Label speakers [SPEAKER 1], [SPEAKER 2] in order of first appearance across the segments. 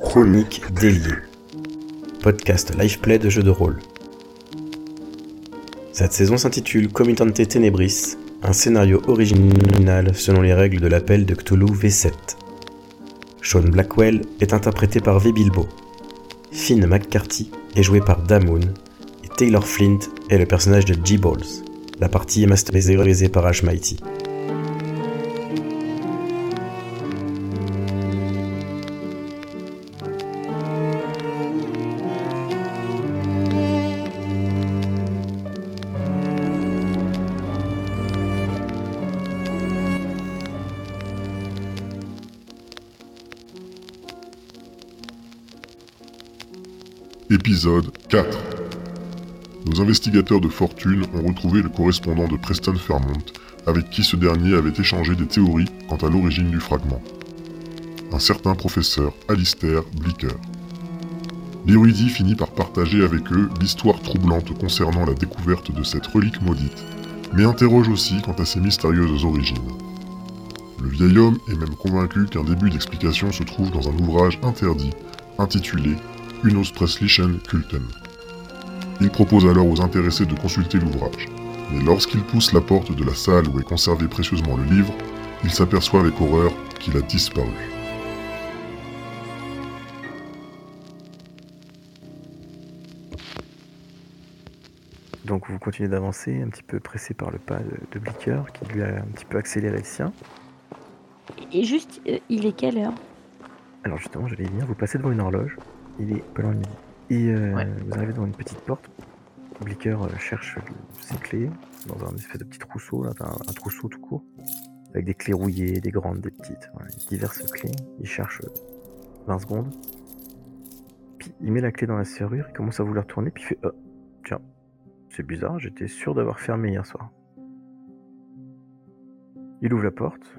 [SPEAKER 1] Chronique déliée. Podcast live-play de jeux de rôle. Cette saison s'intitule Comitante Tenebris, un scénario original selon les règles de l'appel de Cthulhu V7. Sean Blackwell est interprété par V. Bilbo. Finn McCarthy est joué par Damoon, et Taylor Flint est le personnage de G-Balls. La partie est masterisée par Ash Mighty.
[SPEAKER 2] Épisode 4 Nos investigateurs de fortune ont retrouvé le correspondant de Preston Fairmont, avec qui ce dernier avait échangé des théories quant à l'origine du fragment. Un certain professeur Alistair Blicker. L'érudit finit par partager avec eux l'histoire troublante concernant la découverte de cette relique maudite, mais interroge aussi quant à ses mystérieuses origines. Le vieil homme est même convaincu qu'un début d'explication se trouve dans un ouvrage interdit, intitulé Unos Presslichen Kulten. Il propose alors aux intéressés de consulter l'ouvrage, mais lorsqu'il pousse la porte de la salle où est conservé précieusement le livre, il s'aperçoit avec horreur qu'il a disparu.
[SPEAKER 3] Donc vous continuez d'avancer, un petit peu pressé par le pas de, de Blicker, qui lui a un petit peu accéléré le sien.
[SPEAKER 4] Et juste, euh, il est quelle heure
[SPEAKER 3] Alors justement, j'allais y venir, vous passez devant une horloge, il est pas loin de midi. Et euh, vous arrivez devant une petite porte. Blicker euh, cherche le- ses clés dans un espèce de petit trousseau, là, enfin, un, trousseau tout court, avec des clés rouillées, des grandes, des petites, voilà, diverses clés. Il cherche euh, 20 secondes. Puis il met la clé dans la serrure, il commence à vouloir tourner, puis il fait Oh, tiens, c'est bizarre, j'étais sûr d'avoir fermé hier soir. Il ouvre la porte.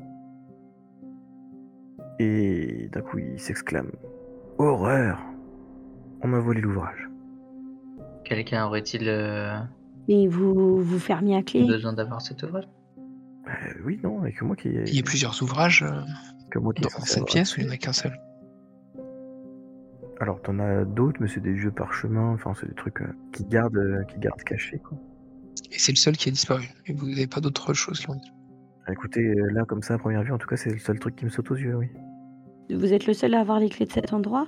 [SPEAKER 3] Et d'un coup, il s'exclame Horreur On m'a volé l'ouvrage.
[SPEAKER 5] Quelqu'un aurait-il euh,
[SPEAKER 4] Mais vous vous fermiez à clé
[SPEAKER 5] besoin d'avoir cet ouvrage
[SPEAKER 3] Euh, oui, non, et que moi qui.
[SPEAKER 6] Il y a plusieurs ouvrages euh,
[SPEAKER 3] que moi qui est
[SPEAKER 6] dans
[SPEAKER 3] censé
[SPEAKER 6] cette
[SPEAKER 3] avoir-
[SPEAKER 6] pièce ou il n'y en a qu'un seul
[SPEAKER 3] Alors, t'en as d'autres, mais c'est des vieux parchemins, enfin, c'est des trucs euh, qui gardent, euh, qui gardent cachés, quoi.
[SPEAKER 6] Et c'est le seul qui a disparu. Et vous n'avez pas d'autres choses qui ont
[SPEAKER 3] Écoutez, euh, là, comme ça, à première vue, en tout cas, c'est le seul truc qui me saute aux yeux, oui.
[SPEAKER 4] Vous êtes le seul à avoir les clés de cet endroit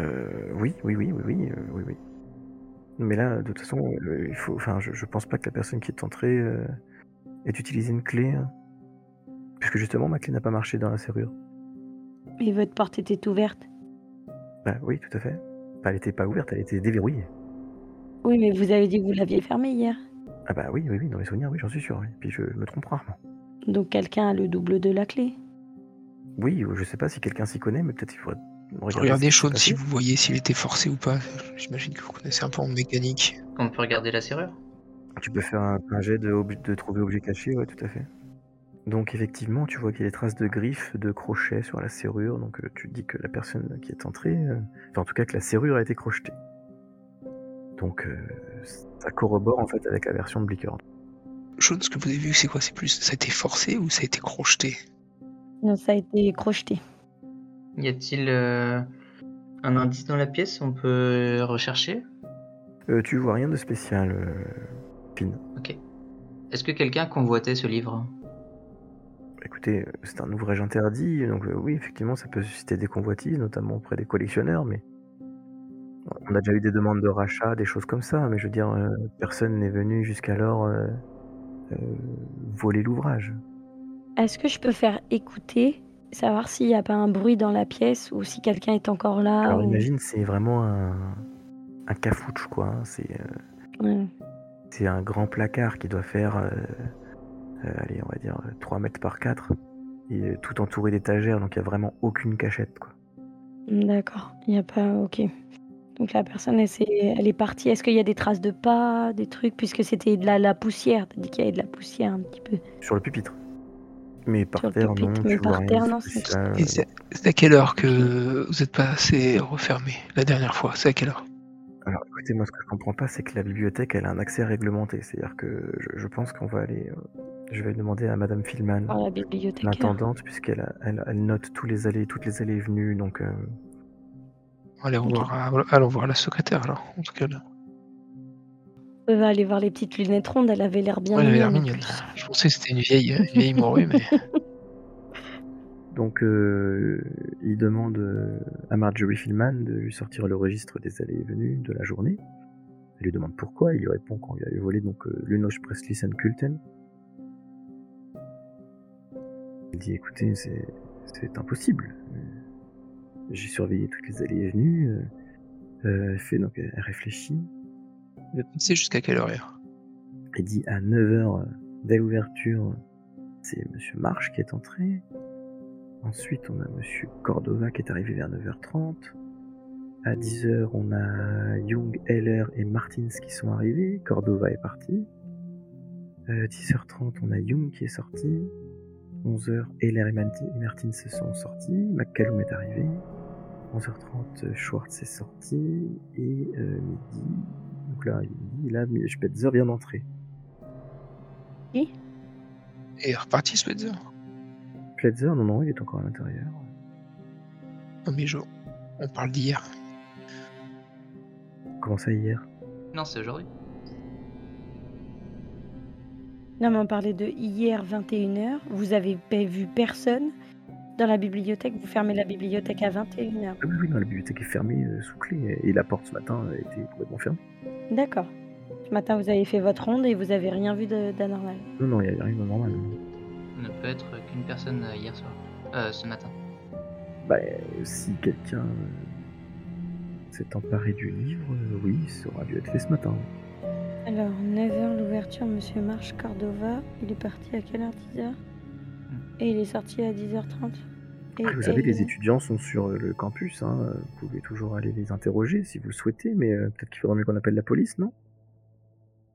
[SPEAKER 3] Euh, oui, oui, oui, oui, oui, euh, oui, oui. Mais là, de toute façon, euh, il faut. Enfin, je, je pense pas que la personne qui est entrée euh, ait utilisé une clé. hein. Puisque justement, ma clé n'a pas marché dans la serrure.
[SPEAKER 4] Mais votre porte était ouverte.
[SPEAKER 3] Bah oui, tout à fait. Enfin, elle était pas ouverte, elle était déverrouillée.
[SPEAKER 4] Oui, mais vous avez dit que vous l'aviez fermée hier.
[SPEAKER 3] Ah bah oui, oui, oui, dans mes souvenirs, oui, j'en suis sûr. oui. Puis je me trompe rarement.
[SPEAKER 4] Donc quelqu'un a le double de la clé.
[SPEAKER 3] Oui, je sais pas si quelqu'un s'y connaît, mais peut-être il faudrait regarder. ce
[SPEAKER 6] Regardez
[SPEAKER 3] qui s'est
[SPEAKER 6] Sean si
[SPEAKER 3] passé.
[SPEAKER 6] vous voyez s'il était forcé ou pas. J'imagine que vous connaissez un peu en mécanique.
[SPEAKER 5] On peut regarder la serrure
[SPEAKER 3] Tu peux faire un, un jet de, ob- de trouver objet caché, ouais, tout à fait. Donc effectivement, tu vois qu'il y a des traces de griffes, de crochets sur la serrure, donc euh, tu te dis que la personne qui est entrée, euh, enfin en tout cas que la serrure a été crochetée. Donc euh, ça corrobore en fait avec la version de Blicker.
[SPEAKER 6] Sean, ce que vous avez vu, c'est quoi C'est plus ça a été forcé ou ça a été crocheté
[SPEAKER 4] Non, ça a été crocheté.
[SPEAKER 5] Y a-t-il euh, un indice dans la pièce On peut rechercher
[SPEAKER 3] Euh, tu vois rien de spécial. euh,
[SPEAKER 5] Ok. Est-ce que quelqu'un convoitait ce livre
[SPEAKER 3] Écoutez, euh, c'est un ouvrage interdit, donc euh, oui, effectivement, ça peut susciter des convoitises, notamment auprès des collectionneurs, mais on a déjà eu des demandes de rachat, des choses comme ça, mais je veux dire, euh, personne n'est venu jusqu'alors euh, euh, voler l'ouvrage.
[SPEAKER 4] Est-ce que je peux faire écouter, savoir s'il n'y a pas un bruit dans la pièce ou si quelqu'un est encore là
[SPEAKER 3] Alors
[SPEAKER 4] ou-
[SPEAKER 3] imagine, c'est vraiment un, un cafouche, quoi. hein, C'est euh,
[SPEAKER 4] Ouais.
[SPEAKER 3] c'est un grand placard qui doit faire, euh, euh, allez, on va dire, euh, 3 mètres par 4, et euh, tout entouré d'étagères, donc il n'y a vraiment aucune cachette, quoi.
[SPEAKER 4] D'accord, il n'y a pas. Ok. Donc la personne, elle, s'est- elle est partie. Est-ce qu'il y a des traces de pas, des trucs, puisque c'était de la, la poussière T'as dit qu'il y avait de la poussière un petit peu.
[SPEAKER 3] Sur le pupitre. Mais par
[SPEAKER 4] Sur le
[SPEAKER 3] terre, non,
[SPEAKER 4] pupitre, mais
[SPEAKER 3] tu vois
[SPEAKER 4] par
[SPEAKER 3] rien de
[SPEAKER 4] terre, non, c'est-
[SPEAKER 3] spécial,
[SPEAKER 6] Et c'est c'est à quelle heure que vous êtes passé refermé la dernière fois C'est à quelle heure
[SPEAKER 3] Alors écoutez, moi ce que je comprends pas, c'est que la bibliothèque elle a un accès réglementé. C'est-à-dire que je, je pense qu'on va aller. euh, Je vais demander à Madame Filman,
[SPEAKER 4] Par la bibliothécaire.
[SPEAKER 3] l'intendante, puisqu'elle a- elle, elle note tous les allées, toutes les allées et venues. Donc euh,
[SPEAKER 6] Allez, on
[SPEAKER 4] Ok.
[SPEAKER 6] voir, allons voir la secrétaire alors. En tout cas, là.
[SPEAKER 4] On va aller voir les petites lunettes rondes, elle avait l'air bien
[SPEAKER 6] Ouais, elle avait l'air
[SPEAKER 4] mignonne, en
[SPEAKER 6] mignonne.
[SPEAKER 4] plus.
[SPEAKER 6] Je pensais que c'était une vieille, une vieille morue, mais
[SPEAKER 3] Donc, euh, il demande euh, à Marjorie Fillman de lui sortir le registre des allées et venues de la journée. Elle lui demande pourquoi, il lui répond qu'on lui avait volé donc euh, Lunoche Presley and Culten. Il dit écoutez, c'est c'est impossible. Euh, J'ai surveillé toutes les allées et venues. euh, euh, elle fait donc, elle réfléchit.
[SPEAKER 6] je sais jusqu'à quelle heure. hier.
[SPEAKER 3] Elle dit à 9h, dès l'ouverture, euh, c'est Monsieur Marche qui est entré. Ensuite, on a Monsieur Cordova qui est arrivé vers 9h30. À 10h, on a Young, Heller et Martins qui sont arrivés. Cordova est parti. Euh, 10h30, on a Young qui est sorti. 11h, Heller et Manti- Martins se sont sortis. McCallum est arrivé. 11h30, euh, Schwartz est sorti. Et euh, midi, donc là, il dit, là, Spetzer vient d'entrer.
[SPEAKER 6] Et est reparti Switzer.
[SPEAKER 3] Pletzer, non, non, il est encore à l'intérieur.
[SPEAKER 6] Non mais je... on parle d'hier.
[SPEAKER 3] Comment ça, hier
[SPEAKER 5] Non, c'est aujourd'hui.
[SPEAKER 4] Non, mais on parlait de hier 21h. Vous avez pas vu personne dans la bibliothèque. Vous fermez la bibliothèque à 21h.
[SPEAKER 3] Ah oui, oui, non, la bibliothèque est fermée euh, sous clé, et la porte ce matin euh, était complètement fermée.
[SPEAKER 4] D'accord. Ce matin, vous avez fait votre ronde et vous avez rien vu de- d'anormal.
[SPEAKER 3] Non, non, il n'y a rien de normal. non.
[SPEAKER 5] Ne peut être qu'une personne euh, hier soir. Euh, ce matin.
[SPEAKER 3] Bah, euh, si quelqu'un euh, s'est emparé du livre, euh, oui, ça aura dû être fait ce matin.
[SPEAKER 4] Alors, 9h l'ouverture, monsieur Marche Cordova. Il est parti à quelle heure 10h
[SPEAKER 6] Hmm.
[SPEAKER 4] Et il est sorti à 10h30. Et
[SPEAKER 3] Après,
[SPEAKER 6] Ah,
[SPEAKER 3] Ah, vous savez,
[SPEAKER 4] elle-
[SPEAKER 3] les étudiants sont sur euh, le campus, hein, euh, vous pouvez toujours aller les interroger si vous le souhaitez, mais euh, peut-être qu'il faudrait mieux qu'on appelle la police, non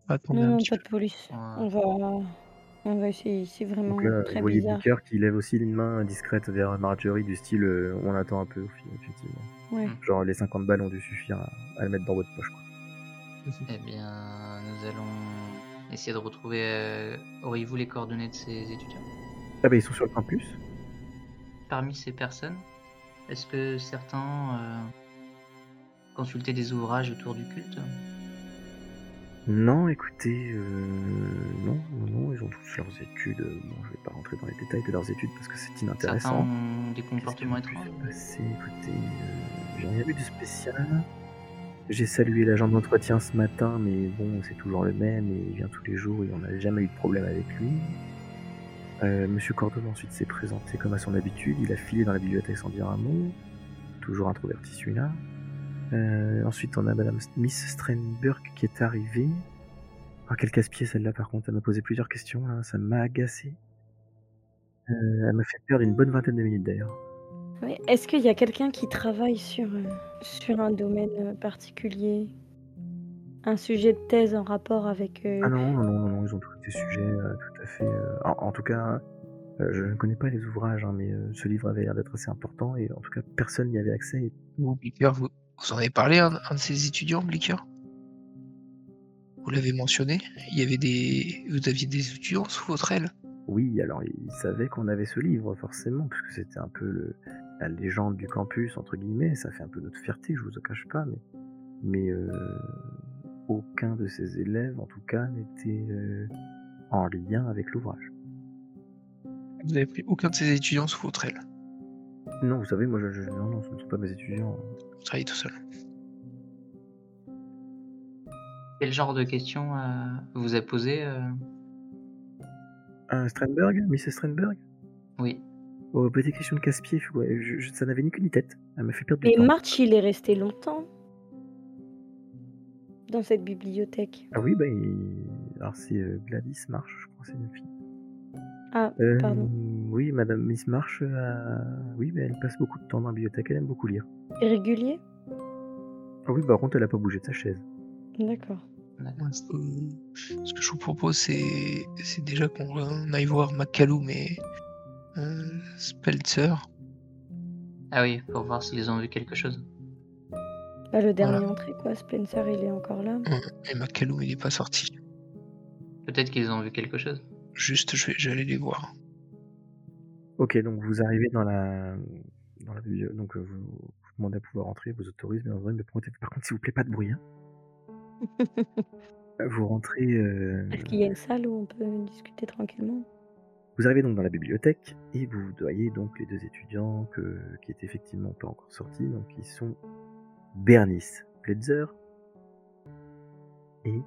[SPEAKER 6] Attendez
[SPEAKER 4] Non,
[SPEAKER 6] un
[SPEAKER 4] non,
[SPEAKER 6] petit
[SPEAKER 4] pas
[SPEAKER 6] peu. Ah.
[SPEAKER 4] de police. On
[SPEAKER 5] Euh,
[SPEAKER 4] va, on va essayer. C'est vraiment
[SPEAKER 3] Donc là,
[SPEAKER 4] très
[SPEAKER 3] vous voyez
[SPEAKER 4] bizarre.
[SPEAKER 3] Booker qui lève aussi une main discrète vers Marjorie du style euh, on attend un peu, effectivement.
[SPEAKER 4] Ouais.
[SPEAKER 3] Genre les 50 balles ont dû suffire à, à le mettre dans votre poche. Quoi.
[SPEAKER 5] Eh bien, nous allons essayer de retrouver. euh, Auriez-vous les coordonnées de ces étudiants
[SPEAKER 3] Ah bah ils sont sur le campus
[SPEAKER 5] Parmi ces personnes, est-ce que certains euh, consultaient des ouvrages autour du culte
[SPEAKER 3] Non, écoutez, euh, non, non, non, ils ont tous leurs études. euh, Bon, je vais pas rentrer dans les détails de leurs études parce que c'est
[SPEAKER 5] Certains
[SPEAKER 3] inintéressant.
[SPEAKER 5] ont des
[SPEAKER 3] Qu'est-ce
[SPEAKER 5] comportements
[SPEAKER 3] qui a pu
[SPEAKER 5] étranges
[SPEAKER 3] se passer Écoutez, euh, j'ai rien vu de spécial. J'ai salué l'agent d'entretien ce matin, mais bon, c'est toujours le même et il vient tous les jours et on n'a jamais eu de problème avec lui. Euh, Monsieur Cordova ensuite s'est présenté comme à son habitude, il a filé dans la bibliothèque sans dire un mot, toujours introverti celui-là. Euh, ensuite on a Madame S- Miss Strenberg qui est arrivée. Ah quel casse-pied celle-là par contre, elle m'a posé plusieurs questions, là, ça m'a agacé. Euh, elle m'a fait perdre une bonne vingtaine de minutes d'ailleurs.
[SPEAKER 4] Ouais, Est-ce qu'il y a quelqu'un qui travaille sur, euh, sur un domaine euh, particulier Un sujet de thèse en rapport avec. euh,
[SPEAKER 3] Ah non, non, non, non, non, ils ont tous des sujets euh, tout à fait. euh, en, en tout cas, euh, je ne connais pas les ouvrages, hein, mais euh, ce livre avait l'air d'être assez important et en tout cas, personne n'y avait accès. Et-
[SPEAKER 6] Vous, Blicker, vous, vous en avez parlé à un, un de ces étudiants, Blicker Vous l'avez mentionné Il y avait des. Vous aviez des étudiants sous votre aile
[SPEAKER 3] Oui, alors ils savaient qu'on avait ce livre, forcément, puisque c'était un peu le- la légende du campus, entre guillemets. Ça fait un peu notre fierté, je vous le cache pas, mais, mais euh, aucun de ces élèves, en tout cas, n'était euh, en lien avec l'ouvrage.
[SPEAKER 6] Vous n'avez pris aucun de ces étudiants sous votre aile.
[SPEAKER 3] Non, vous savez, moi, je, je- non, non, ce ne sont pas mes étudiants.
[SPEAKER 6] Vous travaillez tout seul.
[SPEAKER 5] Quel genre de questions euh, vous a posé euh
[SPEAKER 3] Un Strenberg Ah, Miss Strenberg
[SPEAKER 5] Oui.
[SPEAKER 3] Oh, bah, des questions de casse-pied, ouais, je- je- ça n'avait ni queue ni tête. Elle m'a fait perdre du
[SPEAKER 4] Mais
[SPEAKER 3] temps.
[SPEAKER 4] March, il est resté longtemps dans cette bibliothèque.
[SPEAKER 3] Ah oui, bah, il- alors c'est euh, Gladys Marsh, je crois, c'est une fille.
[SPEAKER 4] Ah,
[SPEAKER 3] Euh,
[SPEAKER 4] pardon.
[SPEAKER 3] Oui, Madame Miss Marsh, euh, a- oui, mais elle passe beaucoup de temps dans la bibliothèque, elle aime beaucoup lire.
[SPEAKER 4] Régulier
[SPEAKER 3] Ah oui, par contre, elle a pas bougé de sa chaise.
[SPEAKER 4] D'accord.
[SPEAKER 6] Moi, ce que- ce que je vous propose, c'est c'est déjà qu'on on aille voir McCallum et euh, Speltzer.
[SPEAKER 5] Ah oui, pour voir s'ils ont vu quelque chose.
[SPEAKER 4] Bah, le dernier entré, quoi. Spencer, il est encore là.
[SPEAKER 6] Et McCallum, il n'est pas sorti.
[SPEAKER 5] Peut-être qu'ils ont vu quelque chose.
[SPEAKER 6] Juste, je vais, je vais aller les voir.
[SPEAKER 3] Ok, donc vous arrivez dans la, dans la bibliothèque, donc euh, vous, vous demandez à pouvoir entrer, vous autorise, bien entendu, mais par contre, par contre, s'il vous plaît, pas de bruit. hein. Vous rentrez. euh,
[SPEAKER 4] Est-ce qu'il y a une salle où on peut discuter tranquillement
[SPEAKER 3] Vous arrivez donc dans la bibliothèque et vous voyez donc les deux étudiants que, qui étaient effectivement pas encore sortis, donc ils sont Bernice Pletzer et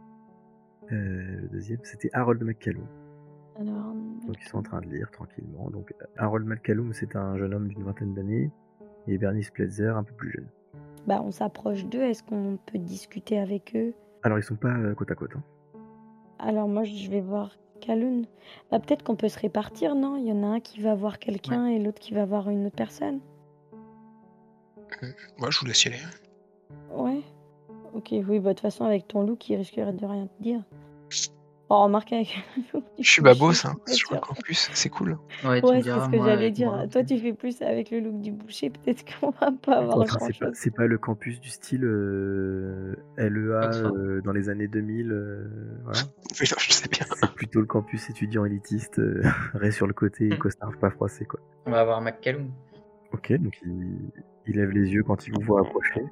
[SPEAKER 3] euh, le deuxième c'était Harold McCallum.
[SPEAKER 4] Alors,
[SPEAKER 3] Donc ils sont en train de lire tranquillement. Donc Harold McCallum c'est un jeune homme d'une vingtaine d'années et Bernice Pletzer un peu plus jeune.
[SPEAKER 4] bah, on s'approche d'eux. Est-ce qu'on peut discuter avec eux
[SPEAKER 3] Alors ils sont pas euh, côte à côte. hein.
[SPEAKER 4] Alors moi, je vais voir Kaloun. Bah, peut-être qu'on peut se répartir, non Il y en a un qui va voir quelqu'un et l'autre qui va voir une autre personne.
[SPEAKER 6] Moi, je vous laisse y aller.
[SPEAKER 4] Ouais. Ok, oui, bah de toute façon, avec ton look, il risquerait de rien te dire. On remarque avec le look, tu
[SPEAKER 6] Je suis
[SPEAKER 4] fais
[SPEAKER 6] babos,
[SPEAKER 4] chier,
[SPEAKER 6] hein,
[SPEAKER 4] c'est
[SPEAKER 6] sur le
[SPEAKER 4] sûr.
[SPEAKER 6] campus, c'est cool.
[SPEAKER 5] Ouais, tu me
[SPEAKER 4] Ouais, c'est
[SPEAKER 5] diras,
[SPEAKER 4] ce que
[SPEAKER 5] moi,
[SPEAKER 4] j'allais
[SPEAKER 5] avec
[SPEAKER 4] dire.
[SPEAKER 5] moi,
[SPEAKER 6] hein.
[SPEAKER 4] Toi, tu fais plus avec le look du boucher. Peut-être qu'on va pas avoir
[SPEAKER 3] Enfin, c'est pas,
[SPEAKER 4] grand-chose.
[SPEAKER 3] c'est pas le campus du style euh, LEA
[SPEAKER 5] Oxford.
[SPEAKER 3] euh, dans les années 2000. euh, voilà.
[SPEAKER 6] Mais non, je sais bien.
[SPEAKER 3] C'est plutôt le campus étudiant élitiste, euh, reste sur le côté et
[SPEAKER 5] Hmm.
[SPEAKER 3] costard pas froissé quoi.
[SPEAKER 5] On va avoir McCallum.
[SPEAKER 3] Ok, donc il, il lève les yeux quand il vous voit approcher.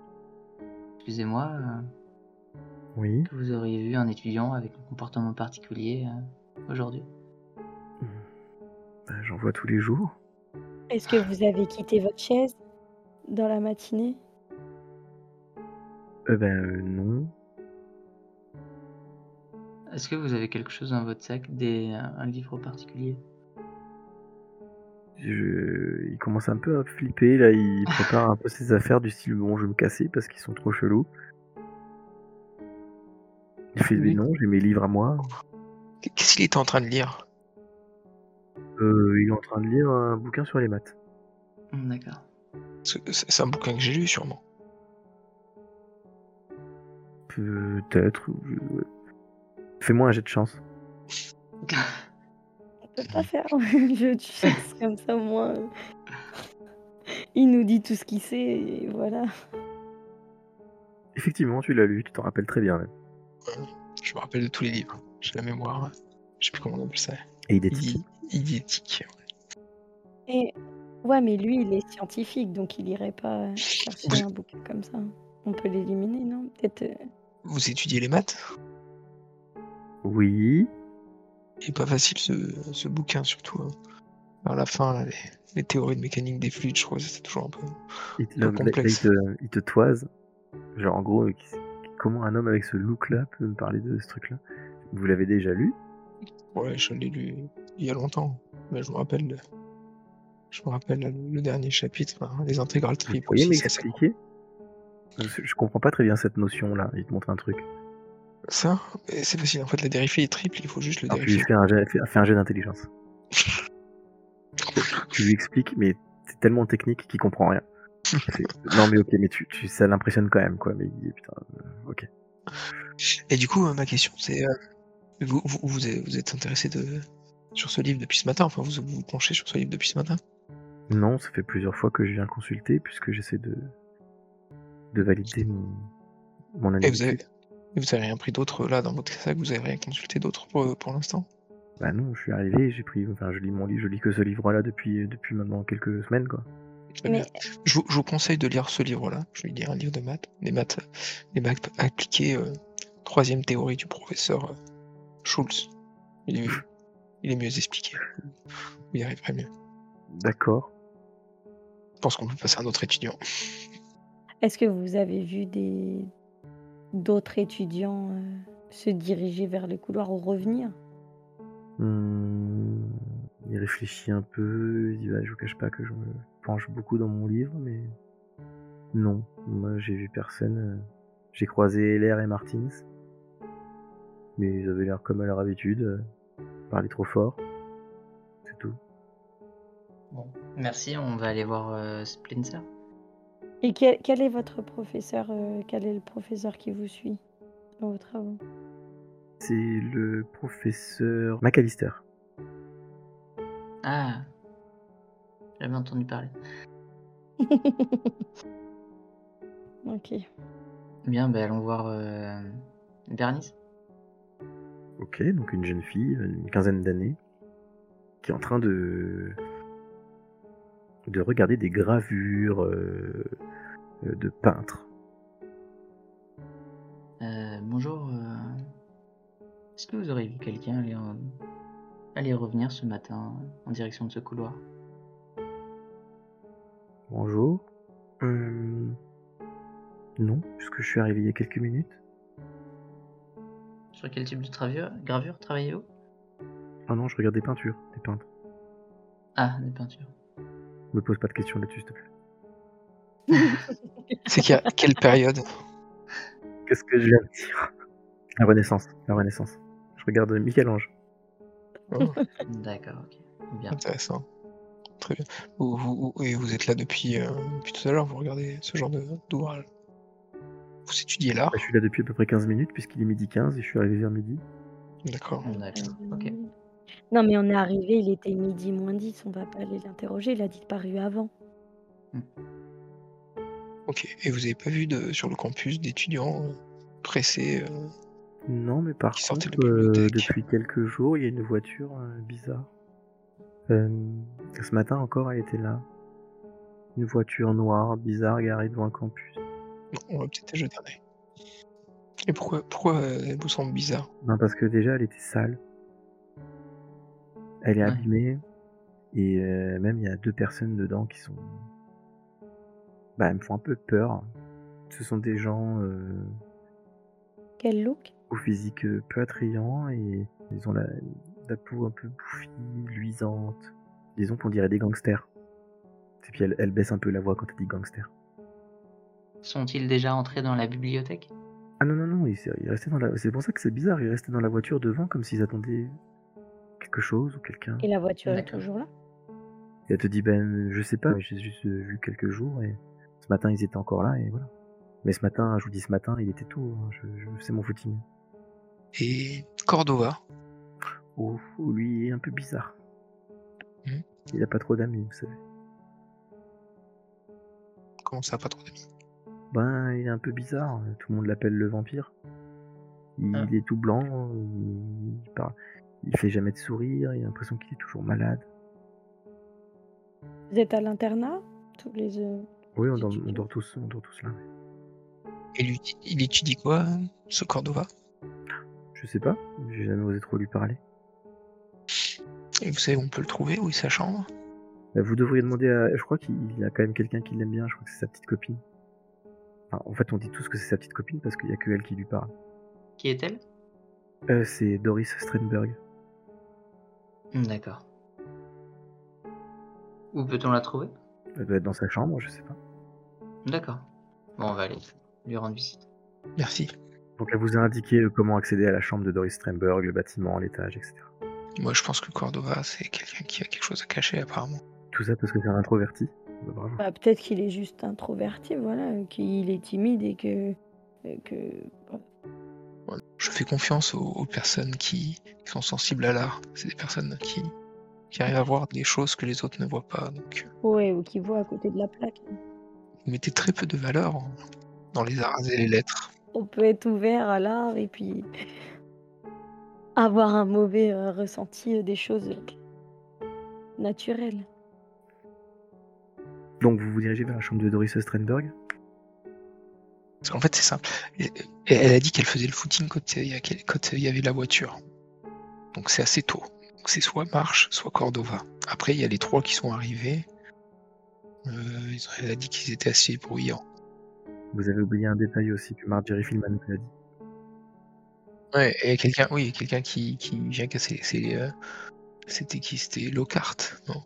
[SPEAKER 5] Excusez-moi, euh,
[SPEAKER 3] Oui.
[SPEAKER 5] que vous auriez vu un étudiant avec un comportement particulier euh, aujourd'hui
[SPEAKER 3] Bah, J'en vois tous les jours.
[SPEAKER 4] Est-ce que vous avez quitté votre chaise dans la matinée
[SPEAKER 3] Euh, ben euh, non.
[SPEAKER 5] Est-ce que vous avez quelque chose dans votre sac, des, euh, un livre particulier
[SPEAKER 3] Je- Il commence un peu à flipper là. Il prépare un peu ses affaires du style bon, je vais me casser parce qu'ils sont trop chelous. Il fait mais
[SPEAKER 5] Oui.
[SPEAKER 3] non, j'ai mes livres à moi.
[SPEAKER 6] Qu'est-ce qu'il était en train de lire
[SPEAKER 3] Euh, il est en train de lire un bouquin sur les maths.
[SPEAKER 5] Hum, D'accord.
[SPEAKER 6] C'est c'est un bouquin que j'ai lu, sûrement.
[SPEAKER 3] Peut-être. je- ouais. Fais-moi un jet de chance.
[SPEAKER 4] On peut pas faire un jeu de chasse comme ça, au moins. euh, Il nous dit tout ce qu'il sait et voilà.
[SPEAKER 3] Effectivement, tu l'as lu, tu t'en rappelles très bien. même.
[SPEAKER 6] Je me rappelle de tous les livres. hein. J'ai la mémoire. Je sais plus comment on appelle ça.
[SPEAKER 3] Et il est
[SPEAKER 6] Idi- Idiotique.
[SPEAKER 4] Et ouais, mais lui, il est scientifique, donc il irait pas euh, chercher
[SPEAKER 6] Vous-
[SPEAKER 4] un bouquin comme ça. On peut l'éliminer, non Peut-être. euh,
[SPEAKER 6] Vous étudiez les maths
[SPEAKER 3] Oui.
[SPEAKER 6] Il est pas facile ce, ce bouquin, surtout. hein. Vers la fin, là, les, les théories de mécanique des fluides, je crois que c'était toujours un peu.
[SPEAKER 3] Il te,
[SPEAKER 6] Le
[SPEAKER 3] là, là, il,
[SPEAKER 6] complexe.
[SPEAKER 3] te, il te toise. Genre, en gros, qu'est- comment un homme avec ce look-là peut me parler de ce truc-là Vous l'avez déjà lu
[SPEAKER 6] Ouais, je l'ai lu il y a longtemps. Mais je me rappelle. de- Je me rappelle le dernier chapitre, hein, les intégrales
[SPEAKER 3] Vous
[SPEAKER 6] triples.
[SPEAKER 3] pourriez
[SPEAKER 6] aussi, ça, c'est-
[SPEAKER 3] m'expliquer Parce que Je comprends pas très bien cette notion-là. Il te montre un truc.
[SPEAKER 6] Ça, mais c'est facile. En fait, la dérivé est triple, il faut juste le
[SPEAKER 3] Alors, tu lui
[SPEAKER 6] dériver.
[SPEAKER 3] fais un jet, fais- fais un jet d'intelligence. tu lui expliques, mais c'est tellement technique qu'il comprend rien. C'est- non, mais ok, mais tu, tu- ça l'impressionne quand même, quoi. Mais il dit, putain, euh, ok.
[SPEAKER 6] Et du coup, euh, ma question, c'est. euh, vous, vous, vous êtes- vous êtes intéressé de, sur ce livre depuis ce matin Enfin, vous vous penchez sur ce livre depuis ce matin
[SPEAKER 3] Non, ça fait plusieurs fois que je viens consulter puisque j'essaie de, de valider mon, mon
[SPEAKER 6] Et
[SPEAKER 3] analyse.
[SPEAKER 6] vous avez, et vous avez rien pris d'autre euh, là dans votre sac Vous avez rien consulté d'autre pour, pour l'instant
[SPEAKER 3] Bah non, je suis arrivé, j'ai pris, enfin, je lis mon livre, je lis que ce livre-là depuis, depuis maintenant quelques semaines, quoi.
[SPEAKER 6] Très
[SPEAKER 4] Mais-
[SPEAKER 6] bien. Je, vous- je vous conseille de lire ce livre-là. Je vais lire un livre de maths, des maths, des maths appliquées, euh, troisième théorie du professeur euh, Schulz. Il est, il est mieux expliqué. Vous y arriverez mieux.
[SPEAKER 3] D'accord.
[SPEAKER 6] Je pense qu'on peut passer à un autre étudiant.
[SPEAKER 4] Est-ce que vous avez vu des d'autres étudiants euh, se diriger vers le couloir ou revenir
[SPEAKER 3] Hmm, il réfléchit un peu, il dit, bah, je vous cache pas que je me penche beaucoup dans mon livre, mais non, moi j'ai vu personne. euh, J'ai croisé Heller et Martins, mais ils avaient l'air comme à leur habitude, euh, parler trop fort, c'est tout.
[SPEAKER 5] Bon, merci, on va aller voir euh, Splinter.
[SPEAKER 4] Et quel, quel est votre professeur euh, Quel est le professeur qui vous suit dans vos travaux
[SPEAKER 3] C'est le professeur McAllister.
[SPEAKER 5] Ah, j'avais entendu parler.
[SPEAKER 4] Ok.
[SPEAKER 5] Bien, ben allons voir euh, Bernice.
[SPEAKER 3] Ok, donc une jeune fille, une quinzaine d'années, qui est en train de de regarder des gravures euh, euh, de peintre.
[SPEAKER 5] Euh, bonjour. euh, Est-ce que vous aurez vu quelqu'un aller, en- aller revenir ce matin en direction de ce couloir
[SPEAKER 3] Bonjour. Euh, Non, puisque je suis arrivé il y a quelques minutes.
[SPEAKER 5] Sur quel type de travure- gravure travaillez-vous
[SPEAKER 3] Ah non, je regarde des peintures, des peintres.
[SPEAKER 5] Ah, des peintures.
[SPEAKER 3] Me pose pas de questions là-dessus, s'il te plaît.
[SPEAKER 6] C'est qu'il y a quelle période
[SPEAKER 3] Qu'est-ce que je viens de dire La Renaissance, la Renaissance. Je regarde Michel-Ange.
[SPEAKER 6] Oh,
[SPEAKER 5] D'accord, ok. Bien.
[SPEAKER 6] Intéressant. Très bien. Vous, vous- vous- et vous êtes là depuis, euh, depuis tout à l'heure, vous regardez ce genre de- d'ouvrage. Vous étudiez l'art,
[SPEAKER 3] Bah, je suis là depuis à peu près 15 minutes, puisqu'il est midi 15 et je suis arrivé vers midi.
[SPEAKER 6] d'accord
[SPEAKER 5] D'accord, ok.
[SPEAKER 4] Euh, Non, mais on est arrivé, il était midi moins 10, on va pas aller l'interroger, il a disparu avant.
[SPEAKER 6] Ok. Et vous n'avez pas vu de, sur le campus d'étudiants euh, pressés euh,
[SPEAKER 3] Non, mais par
[SPEAKER 6] Qui sortait
[SPEAKER 3] contre,
[SPEAKER 6] de la
[SPEAKER 3] euh,
[SPEAKER 6] bibliothèque.
[SPEAKER 3] depuis quelques jours, il y a une voiture euh, bizarre. Euh, ce matin encore, elle était là. Une voiture noire, bizarre, garée devant le campus.
[SPEAKER 6] Non, on va peut-être jeter un œil. Et pourquoi, pourquoi euh, elle vous semble bizarre
[SPEAKER 3] Non, parce que déjà, elle était sale. Elle est
[SPEAKER 5] Ouais.
[SPEAKER 3] abîmée. Et euh, même, il y a deux personnes dedans qui sont. Bah, elles me font un peu peur. Ce sont des gens euh,
[SPEAKER 4] Quel look
[SPEAKER 3] au physique euh, peu attrayant et ils ont la, la peau un peu bouffie, luisante. Disons qu'on dirait des gangsters. Et puis elle, elle baisse un peu la voix quand elle dit gangster.
[SPEAKER 5] Sont-ils déjà entrés dans la bibliothèque
[SPEAKER 3] Ah non, non, non, il, s'est- il restait dans la. C'est pour ça que c'est bizarre, il restait dans la voiture devant comme s'ils attendaient quelque chose ou quelqu'un.
[SPEAKER 4] Et la voiture est
[SPEAKER 5] D'accord.
[SPEAKER 4] toujours là.
[SPEAKER 3] Et elle te dit, ben, je sais pas, mais j'ai juste euh, vu quelques jours et ce matin ils étaient encore là et voilà. Mais ce matin, je vous dis ce matin, il était tôt, hein, je, je- c'est mon footing.
[SPEAKER 6] Et Cordova,
[SPEAKER 3] Oh, oh, lui, il est un peu bizarre.
[SPEAKER 6] Mhm.
[SPEAKER 3] Il a pas trop d'amis, vous savez.
[SPEAKER 6] comment ça, pas trop d'amis
[SPEAKER 3] Ben, il est un peu bizarre. Tout le monde l'appelle le vampire. Il
[SPEAKER 5] Ah.
[SPEAKER 3] est tout blanc. Il, il parle- il fait jamais de sourire. Il a l'impression qu'il est toujours malade.
[SPEAKER 4] Vous êtes à l'internat tous les euh,
[SPEAKER 3] Oui, on
[SPEAKER 4] Si
[SPEAKER 3] dort,
[SPEAKER 4] tu
[SPEAKER 3] on
[SPEAKER 4] veux.
[SPEAKER 3] dort tous, on dort tous là.
[SPEAKER 6] Et lui, il étudie quoi, hein, ce Cordova
[SPEAKER 3] Je sais pas. J'ai jamais osé trop lui parler.
[SPEAKER 6] Et vous savez où on peut le trouver Où est sa chambre
[SPEAKER 3] Euh, Vous devriez demander à. Je crois qu'il a quand même quelqu'un qui l'aime bien. Je crois que c'est sa petite copine. Enfin, en fait, on dit tous que c'est sa petite copine parce qu'il y a que elle qui lui parle.
[SPEAKER 5] Qui est-elle
[SPEAKER 3] Euh, c'est Doris Strenberg.
[SPEAKER 5] D'accord. Où peut-on la trouver
[SPEAKER 3] Elle doit être euh, bah, dans sa chambre, je sais pas.
[SPEAKER 5] D'accord. Bon, on va aller lui rendre visite.
[SPEAKER 6] Merci.
[SPEAKER 3] Donc elle vous a indiqué euh, comment accéder à la chambre de Doris Strenberg, le bâtiment, l'étage, etc.
[SPEAKER 6] Moi, je pense que Cordova, c'est quelqu'un qui a quelque chose à cacher, apparemment.
[SPEAKER 3] Tout ça parce que c'est un introverti. Bah, bravo.
[SPEAKER 4] Bah, peut-être qu'il est juste introverti, voilà, euh, qu'il est timide et que. et que... bah,
[SPEAKER 6] Voilà. Je fais confiance aux, aux personnes qui, qui sont sensibles à l'art. C'est des personnes qui, qui arrivent à voir des choses que les autres ne voient pas. Donc, euh,
[SPEAKER 4] Ouais, ou qu'il voit à côté de la plaque.
[SPEAKER 6] vous mettez très peu de valeur en- dans les arts et les lettres.
[SPEAKER 4] On peut être ouvert à l'art et puis avoir un mauvais euh, ressenti euh, des choses euh, naturelles.
[SPEAKER 3] Donc vous vous dirigez vers la chambre de Doris Strenberg.
[SPEAKER 6] Parce qu'en fait, c'est simple. Et- et Elle a dit qu'elle faisait le footing quand il y, a quel- quand il y avait la voiture. Donc c'est assez tôt. Donc, C'est soit Marche, soit Cordova. Après, il y a les trois qui sont arrivés. Euh, ils ont- elle a dit qu'ils étaient assez bruyants.
[SPEAKER 3] Vous avez oublié un détail aussi que Marjorie Filman vous a dit.
[SPEAKER 6] Ouais, et il y a quelqu'un, oui, il y a quelqu'un qui, qui vient casser. c'est, euh, C'était qui C'était Lockhart, non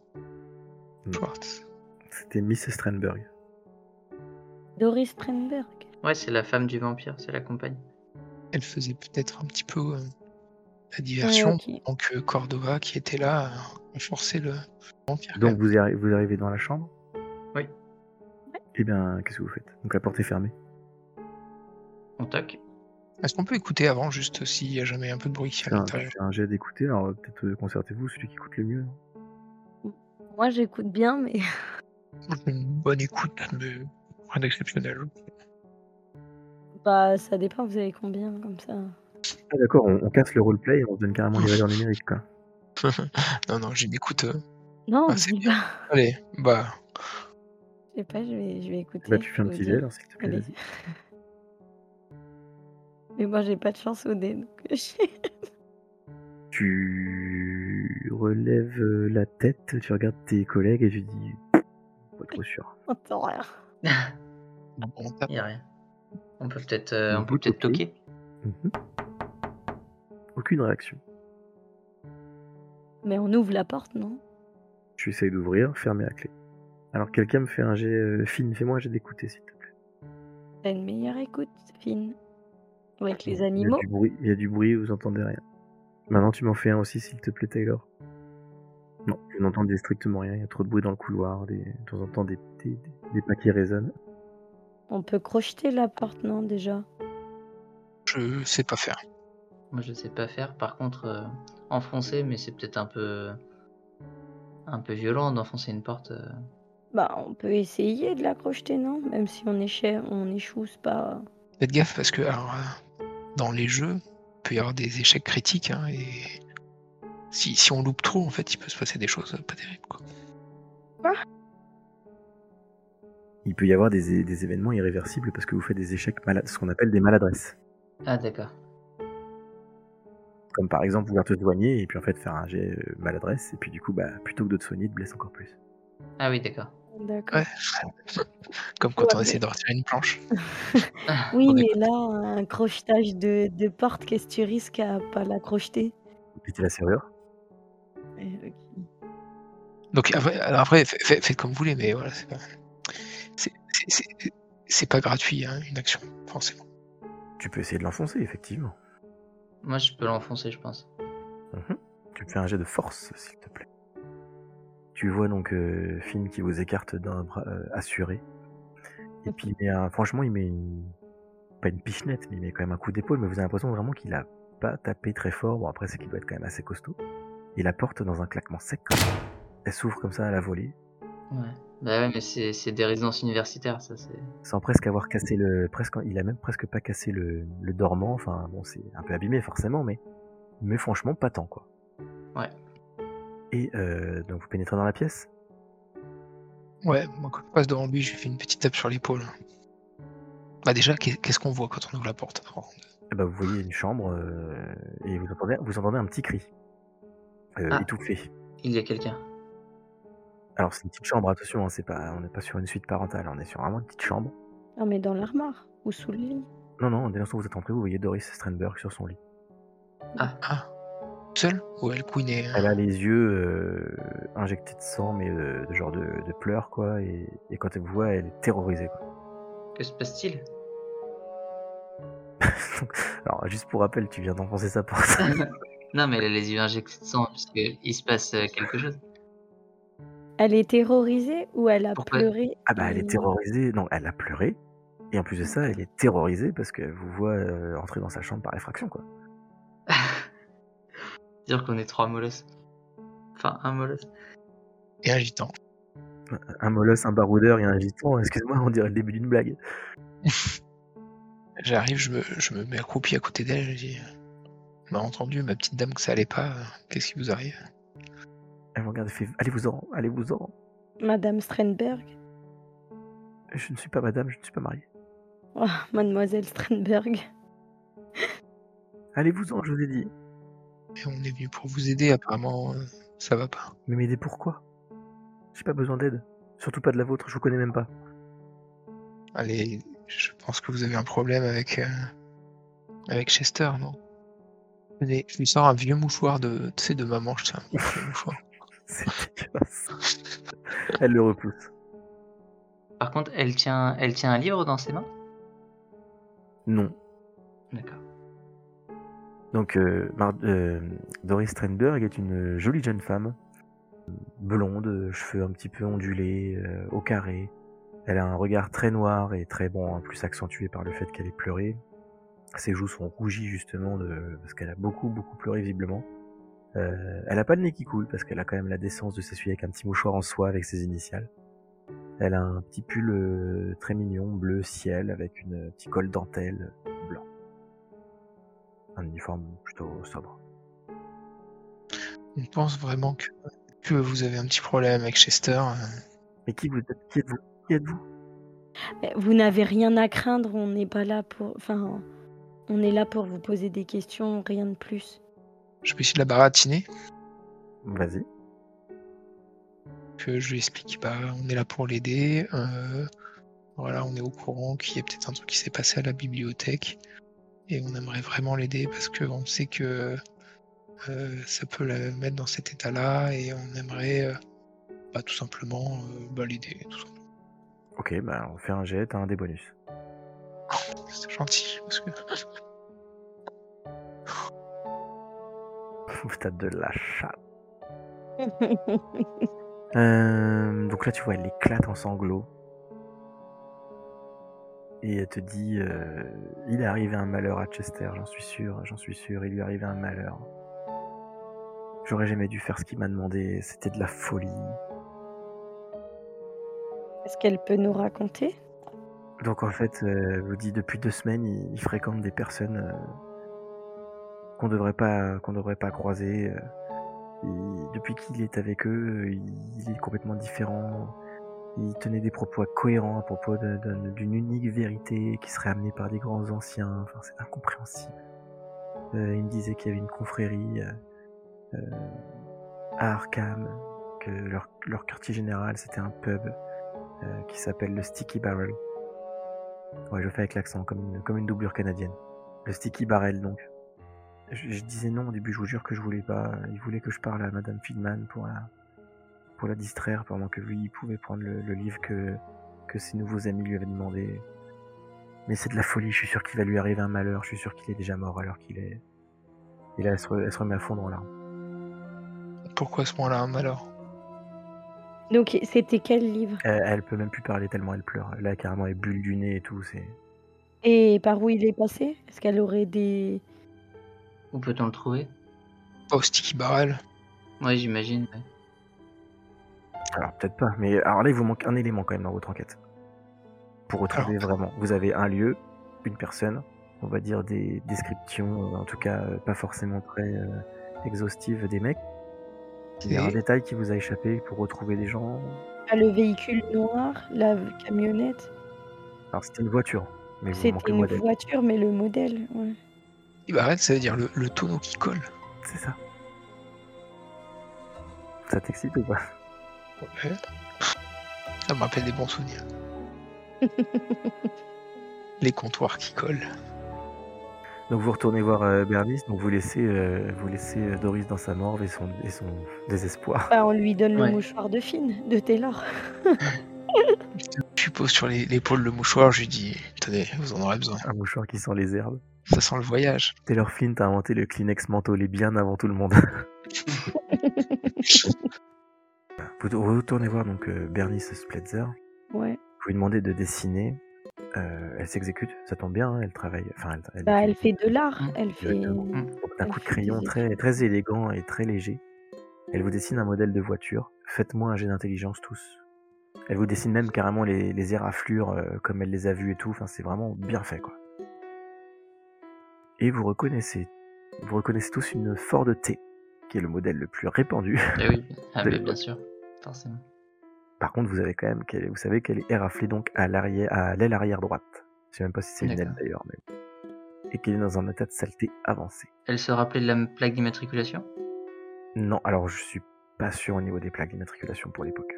[SPEAKER 3] Hmm.
[SPEAKER 6] Schwartz.
[SPEAKER 3] C'était Miss Strenberg.
[SPEAKER 4] Doris Trenberg.
[SPEAKER 5] Ouais, c'est la femme du vampire, c'est la compagne.
[SPEAKER 6] Elle faisait peut-être un petit peu euh, la diversion. Donc euh, Cordova qui était là, a forcé le vampire. quand
[SPEAKER 3] Donc vous, arri- vous arrivez dans la chambre.
[SPEAKER 5] Oui.
[SPEAKER 3] Eh bien, qu'est-ce que vous faites Donc la porte est fermée.
[SPEAKER 5] On toque
[SPEAKER 6] Est-ce qu'on peut écouter avant, juste s'il y a jamais un peu de bruit à
[SPEAKER 3] C'est un,
[SPEAKER 6] l'intérieur
[SPEAKER 3] c'est un jet d'écouter, alors euh, peut-être euh, concertez-vous, celui qui écoute le mieux.
[SPEAKER 4] Moi, j'écoute bien, mais
[SPEAKER 6] Une bonne écoute, mais rien d'exceptionnel.
[SPEAKER 4] bah, ça dépend, vous avez combien comme ça
[SPEAKER 3] Ah d'accord, on, on casse le roleplay et on se donne carrément les valeurs numériques. Quoi. Ah.
[SPEAKER 6] non, non, j'ai une écoute. euh,
[SPEAKER 4] Non,
[SPEAKER 6] Ah,
[SPEAKER 4] je
[SPEAKER 6] c'est
[SPEAKER 4] dis
[SPEAKER 6] bien.
[SPEAKER 4] pas.
[SPEAKER 6] Allez, bah,
[SPEAKER 4] sais pas, je vais, je vais écouter.
[SPEAKER 3] Bah, tu fais un
[SPEAKER 4] au
[SPEAKER 3] petit
[SPEAKER 4] dé.
[SPEAKER 3] jet alors, s'il te plaît.
[SPEAKER 4] Allez.
[SPEAKER 3] vas-y.
[SPEAKER 4] Mais moi, j'ai pas de chance au dé. Donc j'ai-
[SPEAKER 3] Tu relèves euh, la tête, tu regardes tes collègues et tu dis pas trop sûr.
[SPEAKER 4] j'entends rien.
[SPEAKER 6] On tape.
[SPEAKER 5] Il n'y a rien. On peut peut-être euh,
[SPEAKER 2] On
[SPEAKER 5] on peut
[SPEAKER 2] peut
[SPEAKER 5] peut être toquer.
[SPEAKER 3] Mhm. Aucune réaction.
[SPEAKER 4] Mais on ouvre la porte, non
[SPEAKER 3] Tu essayes d'ouvrir, fermer la clé. Alors quelqu'un me fait un jet euh, fine, fais-moi un jet d'écouter s'il te plaît.
[SPEAKER 4] T'as une meilleure écoute, Fine. Avec les
[SPEAKER 3] Il y a
[SPEAKER 4] animaux.
[SPEAKER 3] du bruit, il y a du bruit, vous entendez rien. Maintenant tu m'en fais un aussi s'il te plaît Taylor. Non, vous n'entendez strictement rien, il y a trop de bruit dans le couloir, des... de temps en temps des, des, des paquets résonnent.
[SPEAKER 4] On peut crocheter la porte, non, déjà
[SPEAKER 6] Je sais pas faire.
[SPEAKER 5] Moi, je sais pas faire. Par contre, euh, enfoncer, mais c'est peut-être un peu un peu violent d'enfoncer une porte. euh.
[SPEAKER 4] Bah, on peut essayer de la crocheter, non Même si on échoue, on échoue, c'est pas...
[SPEAKER 6] Faites gaffe parce que alors, euh, dans les jeux, il peut y avoir des échecs critiques. hein, et si, si on loupe trop, en fait, il peut se passer des choses euh, pas terribles. Quoi.
[SPEAKER 3] Il peut y avoir des, des événements irréversibles parce que vous faites des échecs malades, ce qu'on appelle des maladresses.
[SPEAKER 5] Ah d'accord.
[SPEAKER 3] Comme par exemple vouloir te soigner et puis en fait faire un jet euh, maladresse et puis du coup bah plutôt que de te soigner, il te blesse encore plus.
[SPEAKER 5] Ah oui, d'accord.
[SPEAKER 4] D'accord.
[SPEAKER 6] Comme quand on
[SPEAKER 4] Ouais,
[SPEAKER 6] essaie de retirer une planche.
[SPEAKER 4] oui,
[SPEAKER 6] on
[SPEAKER 4] mais
[SPEAKER 6] écoute.
[SPEAKER 4] là, un crochetage de, de porte, qu'est-ce que tu risques à pas la crocheter
[SPEAKER 3] Péter la serrure.
[SPEAKER 4] Eh, ok.
[SPEAKER 6] Donc après, alors après, fa- fa- faites comme vous voulez, mais voilà, c'est pas, c'est- c'est- c'est- c'est pas gratuit hein, une action, forcément.
[SPEAKER 3] Tu peux essayer de l'enfoncer effectivement.
[SPEAKER 5] Moi, je peux l'enfoncer, je pense.
[SPEAKER 3] Mhm. Tu me fais un jet de force, s'il te plaît. Tu vois donc euh, Finn qui vous écarte d'un bras euh, assuré. Et puis, il met un- franchement, il met une- pas une pichenette, mais il met quand même un coup d'épaule. Mais vous avez l'impression vraiment qu'il a pas tapé très fort. Bon, après, c'est qu'il doit être quand même assez costaud. Et la porte, dans un claquement sec, elle s'ouvre comme ça à la volée,
[SPEAKER 5] Ouais. Bah ouais, mais c'est c'est des résidences universitaires, ça c'est.
[SPEAKER 3] sans presque avoir cassé le. Presque, il a même presque pas cassé le, le dormant. Enfin, bon, c'est un peu abîmé forcément, mais, mais franchement, pas tant quoi.
[SPEAKER 5] Ouais.
[SPEAKER 3] Et euh, donc, vous pénétrez dans la pièce
[SPEAKER 6] Ouais, moi quand je passe devant lui, je lui fais une petite tape sur l'épaule. Bah déjà, qu'est- qu'est-ce qu'on voit quand on ouvre la porte avant
[SPEAKER 3] Eh ben, vous voyez une chambre euh, et vous entendez, vous entendez un petit cri euh,
[SPEAKER 5] Ah.
[SPEAKER 3] étouffé.
[SPEAKER 5] Il y a quelqu'un.
[SPEAKER 3] Alors c'est une petite chambre, attention, hein, c'est pas, on n'est pas sur une suite parentale, on est sur vraiment une petite chambre.
[SPEAKER 4] Non, mais dans l'armoire ou sous le lit.
[SPEAKER 3] Non, non, dès l'instant où vous êtes entré, vous voyez Doris Strandberg sur son lit.
[SPEAKER 6] Ah, seule Ou elle couine
[SPEAKER 5] Ah.
[SPEAKER 6] et...
[SPEAKER 3] Elle a les yeux euh, injectés de sang, mais euh, de genre de, de pleurs, quoi, et, et quand elle vous voit, elle est terrorisée. quoi.
[SPEAKER 5] Que se passe-t-il
[SPEAKER 3] Alors juste pour rappel, tu viens d'enfoncer sa porte.
[SPEAKER 5] Non, mais elle a les yeux injectés de sang parce que il se passe euh, quelque chose.
[SPEAKER 4] Elle est terrorisée ou elle a
[SPEAKER 5] Pourquoi
[SPEAKER 4] pleuré euh,
[SPEAKER 3] Ah bah elle
[SPEAKER 4] et-
[SPEAKER 3] est terrorisée, non, elle a pleuré, et en plus de ça, elle est terrorisée parce qu'elle vous voit euh, entrer dans sa chambre par effraction, quoi.
[SPEAKER 5] Dire qu'on est trois molosses. Enfin, un molosse.
[SPEAKER 6] et un gitan.
[SPEAKER 3] un molosse, un baroudeur et un gitan, excuse-moi, on dirait le début d'une blague.
[SPEAKER 6] J'arrive, je me, je me mets accroupi à côté d'elle, je lui dis On a entendu ma petite dame que ça allait pas, euh, qu'est-ce qui vous arrive
[SPEAKER 3] Elle me regarde et fait Allez-vous-en, allez-vous-en.
[SPEAKER 4] Madame Strenberg
[SPEAKER 3] Je ne suis pas madame, je ne suis pas mariée.
[SPEAKER 4] Oh, Mademoiselle Strenberg.
[SPEAKER 3] Allez-vous-en, je vous ai dit.
[SPEAKER 6] Et On est venu pour vous aider, apparemment euh, ça va pas.
[SPEAKER 3] Mais m'aider pourquoi J'ai pas besoin d'aide. Surtout pas de la vôtre, je vous connais même pas.
[SPEAKER 6] Allez, je pense que vous avez un problème avec, euh, avec Chester, non Tenez, je lui sors un vieux mouchoir de, tu sais, de maman, je tiens un vieux mouchoir.
[SPEAKER 3] C'est dégueulasse. Elle le repousse.
[SPEAKER 5] Par contre, elle tient, elle tient un livre dans ses mains.
[SPEAKER 3] Non.
[SPEAKER 5] D'accord.
[SPEAKER 3] Donc, euh, Mar- euh, Doris Strandberg est une jolie jeune femme, blonde, cheveux un petit peu ondulés, euh, au carré. Elle a un regard très noir et très bon, en plus accentué par le fait qu'elle ait pleuré. Ses joues sont rougies justement de... parce qu'elle a beaucoup beaucoup pleuré visiblement. Euh, elle a pas le nez qui coule parce qu'elle a quand même la décence de s'essuyer avec un petit mouchoir en soie avec ses initiales. Elle a un petit pull euh, très mignon bleu ciel avec une euh, petit col dentelle blanc. Un uniforme plutôt sobre.
[SPEAKER 6] On pense vraiment que, que vous avez un petit problème avec Chester. euh,
[SPEAKER 3] Mais qui vous êtes Qui êtes-vous qui êtes-vous
[SPEAKER 4] Mais Eh, Vous n'avez rien à craindre, on n'est pas là pour. Enfin, on est là pour vous poser des questions, rien de plus.
[SPEAKER 6] Je peux essayer de la baratiner.
[SPEAKER 3] Vas-y.
[SPEAKER 6] que je lui explique bah, on est là pour l'aider. euh, voilà, on est au courant qu'il y a peut-être un truc qui s'est passé à la bibliothèque et on aimerait vraiment l'aider parce qu'on sait que euh, ça peut la mettre dans cet état-là et on aimerait euh, bah, tout simplement euh, bah, l'aider. tout simplement.
[SPEAKER 3] Ok, bah on fait un jet, t'as un des bonus.
[SPEAKER 6] C'est gentil parce que
[SPEAKER 3] Pouf, t'as de la chatte. Euh, donc là, tu vois, elle éclate en sanglots. Et elle te dit euh, Il est arrivé un malheur à Chester, j'en suis sûr, j'en suis sûr, il lui est arrivé un malheur. J'aurais jamais dû faire ce qu'il m'a demandé, c'était de la folie.
[SPEAKER 4] Est-ce qu'elle peut nous raconter
[SPEAKER 3] Donc en fait, euh, elle vous dit depuis deux semaines, il, il fréquente des personnes euh, qu'on devrait pas qu'on devrait pas croiser. euh. Il- depuis qu'il est avec eux, euh, il, il est complètement différent. Il tenait des propos cohérents à propos de- de- d'une unique vérité qui serait amenée par des grands anciens. Enfin, c'est incompréhensible. Euh, il me disait qu'il y avait une confrérie euh, euh, à Arkham, que leur, leur quartier général c'était un pub euh, qui s'appelle le Sticky Barrel. Ouais, je le fais avec l'accent, comme une, comme une doublure canadienne. Le sticky barrel, donc. Je, je disais non au début, je vous jure que je voulais pas. Il voulait que je parle à Madame Fieldman pour la, pour la distraire pendant que lui, il pouvait prendre le, le livre que, que ses nouveaux amis lui avaient demandé. Mais c'est de la folie, je suis sûr qu'il va lui arriver un malheur, je suis sûr qu'il est déjà mort alors qu'il est. Et là, elle se, re- elle se remet à fondre en larmes.
[SPEAKER 6] pourquoi à ce moment-là un malheur
[SPEAKER 4] Donc, c'était quel livre
[SPEAKER 3] Elle, elle peut même plus parler tellement elle pleure. Là, carrément, elle bulle du nez et tout, c'est.
[SPEAKER 4] Et par où il est passé Est-ce qu'elle aurait des.
[SPEAKER 5] Où peut-on le trouver
[SPEAKER 6] Oh, Sticky Barrel.
[SPEAKER 5] Ouais, j'imagine. ouais.
[SPEAKER 3] Alors peut-être pas, mais alors là il vous manque un élément quand même dans votre enquête. Pour retrouver vraiment, vous avez un lieu, une personne, on va dire des descriptions, euh, en tout cas euh, pas forcément très euh, exhaustives des mecs. Il y a un
[SPEAKER 6] Et-
[SPEAKER 3] détail qui vous a échappé pour retrouver des gens.
[SPEAKER 4] Ah, le véhicule noir, la camionnette
[SPEAKER 3] Alors c'était une voiture, mais vous
[SPEAKER 4] C'était
[SPEAKER 3] manquez le
[SPEAKER 4] une
[SPEAKER 3] modèle.
[SPEAKER 4] voiture, mais le modèle. ouais.
[SPEAKER 6] Sticky Barrel, ça veut dire le, le tonneau qui colle.
[SPEAKER 3] C'est ça. Ça t'excite ou pas
[SPEAKER 6] Ouais. Ça me rappelle des bons souvenirs. Les comptoirs qui collent.
[SPEAKER 3] Donc vous retournez voir euh, Bernice, donc vous laissez, euh, vous laissez euh, Doris dans sa morve et son, et son désespoir.
[SPEAKER 4] Bah, on lui donne
[SPEAKER 5] Ouais.
[SPEAKER 4] le mouchoir de Fine, de Taylor.
[SPEAKER 6] Je pose sur les- l'épaule le mouchoir, je lui dis Attendez, vous en aurez besoin.
[SPEAKER 3] Un mouchoir qui sent les herbes.
[SPEAKER 6] Ça sent le voyage.
[SPEAKER 3] Taylor Flint a inventé le Kleenex mentholé bien avant tout le monde. vous vous retournez voir donc euh, Bernice Spletzer. Vous
[SPEAKER 4] Ouais.
[SPEAKER 3] lui demandez de dessiner. Euh, elle s'exécute, ça tombe bien, hein, elle travaille. Enfin, elle, elle-
[SPEAKER 4] Bah, elle fait de l'art.
[SPEAKER 3] Hein,
[SPEAKER 5] Mm.
[SPEAKER 4] Elle fait.
[SPEAKER 3] Exactement. d'un
[SPEAKER 4] elle
[SPEAKER 3] coup de
[SPEAKER 4] fait des
[SPEAKER 3] crayon très, très élégant et très léger. Elle vous dessine un modèle de voiture. Faites-moi un jet d'intelligence tous. Elle vous dessine même carrément les, les éraflures euh, comme elle les a vues et tout. Enfin, c'est vraiment bien fait, quoi. Et vous reconnaissez, vous reconnaissez tous une Ford T, qui est le modèle le plus répandu.
[SPEAKER 5] Eh oui, ah,
[SPEAKER 3] De
[SPEAKER 5] mais bien
[SPEAKER 3] l'époque.
[SPEAKER 5] sûr, forcément.
[SPEAKER 3] Par contre, vous avez quand même, qu'elle, vous savez qu'elle est éraflée donc à l'arrière, à l'aile arrière droite. Je sais même pas si c'est une aile
[SPEAKER 5] D'accord.
[SPEAKER 3] d'ailleurs, mais et qu'elle est dans un état de saleté avancée.
[SPEAKER 5] Elle se rappelait de la plaque d'immatriculation
[SPEAKER 3] Non, alors je suis pas sûr au niveau des plaques d'immatriculation pour l'époque.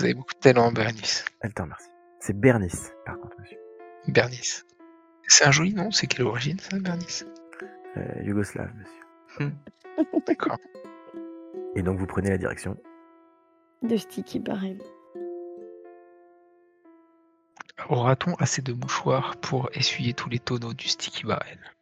[SPEAKER 6] Vous avez beaucoup de talent, Bernice.
[SPEAKER 3] Elle te remercie. C'est Bernice, par contre, monsieur.
[SPEAKER 6] Bernice. C'est un joli nom, c'est quelle origine ça, Bernice
[SPEAKER 3] Euh, Yougoslave, monsieur.
[SPEAKER 6] D'accord.
[SPEAKER 3] Et donc vous prenez la direction.
[SPEAKER 4] De Sticky Barrel.
[SPEAKER 6] Aura-t-on assez de mouchoirs pour essuyer tous les tonneaux du Sticky Barrel